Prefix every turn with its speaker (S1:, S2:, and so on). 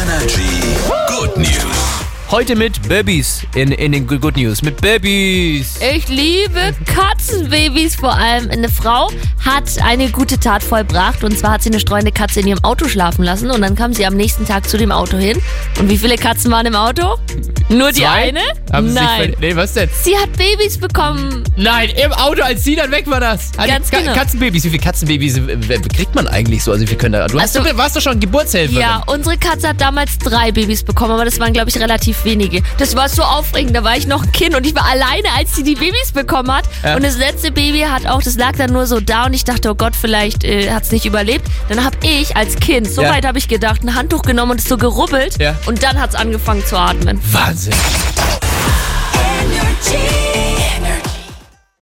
S1: Energy Good News.
S2: Heute mit Babys in, in den Good News. Mit Babys.
S3: Ich liebe Katzenbabys vor allem. Eine Frau hat eine gute Tat vollbracht und zwar hat sie eine streunende Katze in ihrem Auto schlafen lassen und dann kam sie am nächsten Tag zu dem Auto hin. Und wie viele Katzen waren im Auto? Nur die
S2: Zwei?
S3: eine?
S2: Haben sie sich
S3: Nein.
S2: ver- nee, was denn?
S3: Sie hat Babys bekommen.
S2: Nein, im Auto, als sie dann weg war das. Hat-
S3: Ganz genau.
S2: Katzenbabys. Wie viele Katzenbabys äh, wer- kriegt man eigentlich so? Also, wie viel können da. Du hast
S3: Also-
S2: doch, warst doch schon Geburtshelferin.
S3: Ja, unsere Katze hat damals drei Babys bekommen, aber das waren, glaube ich, relativ wenige. Das war so aufregend, da war ich noch ein Kind und ich war alleine, als sie die Babys bekommen hat.
S2: Ja.
S3: Und das letzte Baby hat auch, das lag dann nur so da und ich dachte, oh Gott, vielleicht äh, hat es nicht überlebt. Dann habe ich als Kind, so
S2: Ja.
S3: weit habe ich gedacht, ein Handtuch genommen und es so gerubbelt
S2: Ja.
S3: und dann hat es angefangen zu atmen.
S2: Wahnsinn.
S4: Energy. Energy.